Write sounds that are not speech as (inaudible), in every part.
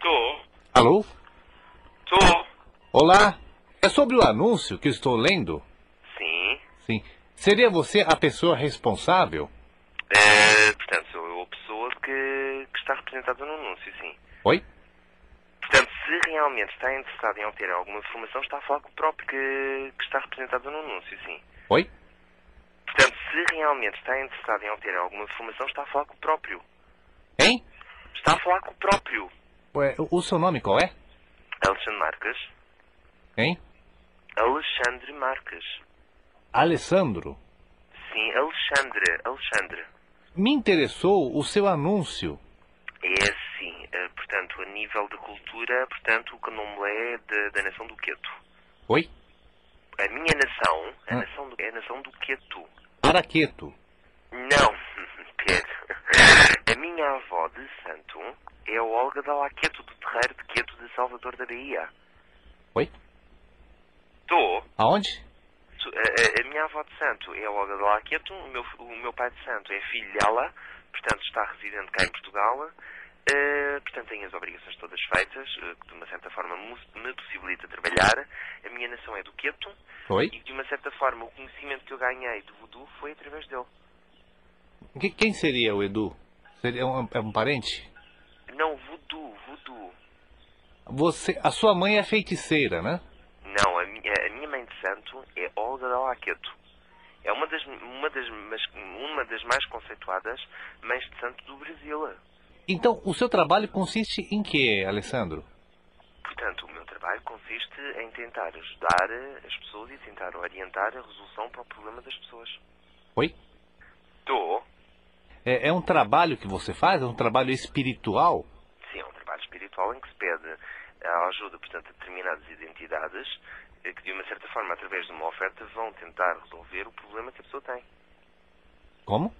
Tô, Alô? tô. Olá? É sobre o anúncio que estou lendo? Sim. Sim. Seria você a pessoa responsável? É, portanto, sou eu a pessoa que, que está representada no anúncio, sim. Oi? Portanto, se realmente está interessado em obter alguma informação, está a falar com o próprio que, que está representado no anúncio, sim. Oi? Portanto, se realmente está interessado em obter alguma informação, está a falar com o próprio. Hein? Está a falar com o próprio. Ué, o o seu nome qual é? Alexandre Marques. Hein? Alexandre Marques. Alessandro. Sim, Alexandre. Alexandre. Me interessou o seu anúncio. É assim, eh, portanto, a nível de cultura, portanto, o candomblé é da, da nação do Queto. Oi? A minha nação, a Ah. nação do, é a nação do Queto. Araqueto. Não, (laughs) Pedro. A minha avó de santo é a Olga da Laqueto do Terreiro de Queto de Salvador da Bahia. Oi? Tô. Aonde? Tu- A, a- a minha avó de santo é a Olga da Laqueto, o meu, f- o meu pai de santo é filho dela, portanto está residente cá em Portugal. eh, portanto, tenho as obrigações todas feitas, eh, que de uma certa forma mu- me possibilita trabalhar. A minha nação é do Queto Oi? e, de uma certa forma, o conhecimento que eu ganhei do voodoo foi através dele. Que- quem seria o Edu? Seria um, é um parente? Não, voodoo, voodoo. Você, a sua mãe é feiticeira, né? Não, a minha, a minha mãe de santo é Olga da Laqueto. É uma das, uma, das, mas- uma das mais conceituadas mães de santo do Brasil. Então, o seu trabalho consiste em quê, Alessandro? Portanto, o meu trabalho consiste em tentar ajudar eh, as pessoas e tentar orientar a resolução para o problema das pessoas. Oi? Estou. É, é um trabalho que você faz? É um trabalho espiritual? Sim, é um trabalho espiritual em que se pede a ajuda, portanto, a determinadas identidades eh, que, de uma certa forma, através de uma oferta, vão tentar resolver o problema que a pessoa tem. Como?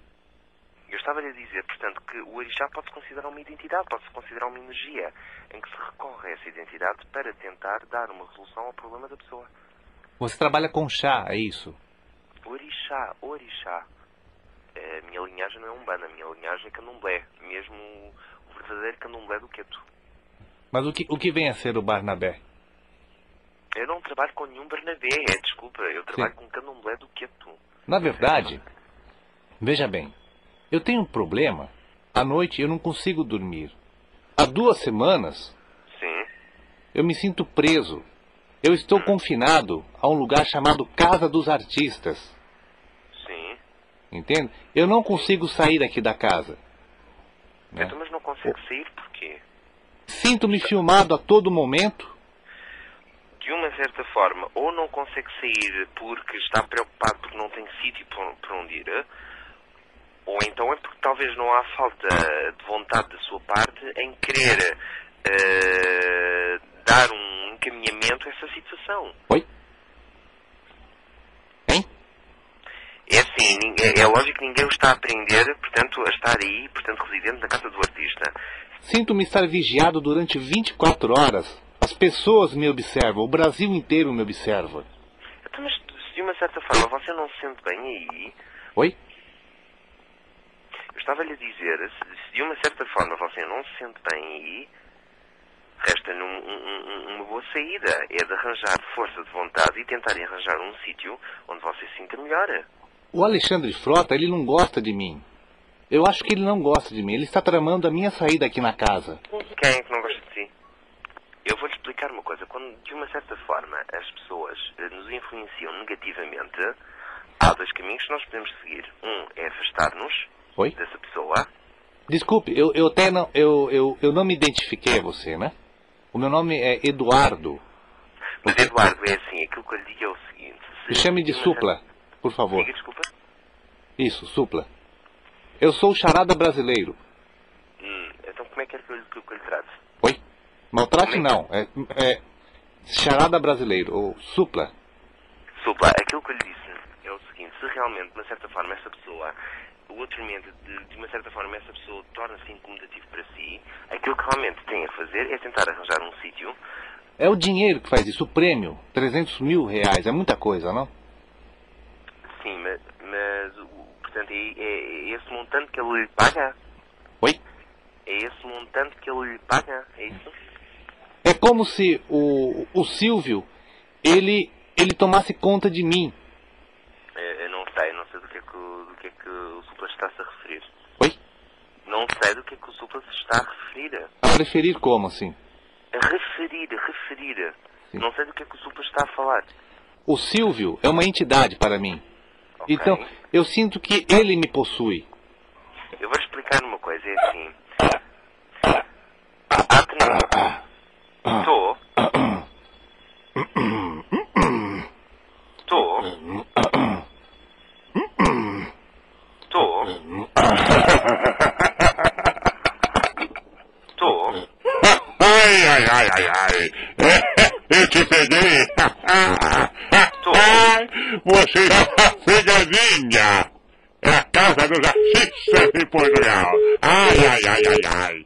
Eu estava a dizer, portanto, que o orixá pode-se considerar uma identidade, pode-se considerar uma energia em que se recorre a essa identidade para tentar dar uma resolução ao problema da pessoa. Você trabalha com chá, é isso? Orixá, orixá. Eh, A minha linhagem não é umbanda, a minha linhagem é candomblé, mesmo o verdadeiro candomblé do Queto. Mas o que, o que vem a ser o Barnabé? Eu não trabalho com nenhum Bernabé, eh, desculpa, eu trabalho com candomblé do Queto. Na verdade, veja bem, eu tenho um problema. À noite eu não consigo dormir. Há duas semanas Sim, eu me sinto preso. Eu estou confinado a um lugar chamado Casa dos Artistas. sim. Entende? Eu não consigo sair aqui da casa. Né? Então, mas não consegue sair porquê? Sinto-me filmado a todo momento. de uma certa forma, ou não consegue sair porque está preocupado porque não tem sítio por, um, por onde ir, ou então é porque talvez não há falta de vontade da sua parte em querer eh, dar um encaminhamento a essa situação. Oi? Hein? É assim, nin- é, é lógico que ninguém o está a aprender, portanto, a estar aí, portanto, residente na casa do artista. Sinto-me estar vigiado durante 24 horas. As pessoas me observam, o Brasil inteiro me observa. Então, mas se de uma certa forma você não se sente bem aí, Oi? Eu estava-lhe a dizer, se se de uma certa forma você não se sente bem aí, resta-lhe um- um- um- uma boa saída. É de arranjar força de vontade e tentar arranjar um sítio onde você se sinta melhor. O Alexandre Frota, ele não gosta de mim. Eu acho que ele não gosta de mim. Ele está tramando a minha saída aqui na casa. Quem é que não gosta de ti? Eu vou-lhe explicar uma coisa. Quando, de uma certa forma, as pessoas eh, nos influenciam negativamente, há dois caminhos que nós podemos seguir. Um é afastar-nos Oi? dessa pessoa. Desculpe, eu, eu até não, eu, eu, eu não me identifiquei a você, né? O meu nome é Eduardo. Mas, Eduardo, é assim, aquilo que eu lhe digo é o seguinte... se- Me chame de uma Supla, certa- por favor. Diga, desculpa. Isso, Supla. Eu sou o charada brasileiro. Hum, então como é que é que eu, que eu, que eu lhe trato? Oi? Maltrate não. É, é charada brasileiro, ou Supla. Supla, aquilo que eu lhe disse é o seguinte, se realmente, de uma certa forma, essa pessoa, o atendimento de, de uma certa forma, essa pessoa torna-se incomodativo para si, aquilo que realmente tem a fazer é tentar arranjar um sítio. É o dinheiro que faz isso, o prêmio. 300 mil reais, é muita coisa, não? Sim, mas, mas o- portanto, é, é- é esse montante que ele lhe paga? Oi? É esse montante que ele lhe paga? É isso? É como se o, o Silvio, ele, ele tomasse conta de mim. É, Eu não sei, não sei do que é que, o- do que, é que o Supla está-se a referir. Oi? Não sei do que é que o Supla se está a referir. A preferir como, assim? Referir, referir. Sim. Não sei do que é que o Supla está a falar. O Silvio é uma entidade para mim. Ok. Então, eu sinto que ele me possui. Eu vou explicar uma coisa, é assim. Há que não. Tô. Tô. Tô. Tô. Ai, ai, ai, ai, ai. Eu te peguei. Tô. Você já tá pegadinha. É a casa dos artistas de Portugal. Ai, ai, ai, ai, ai.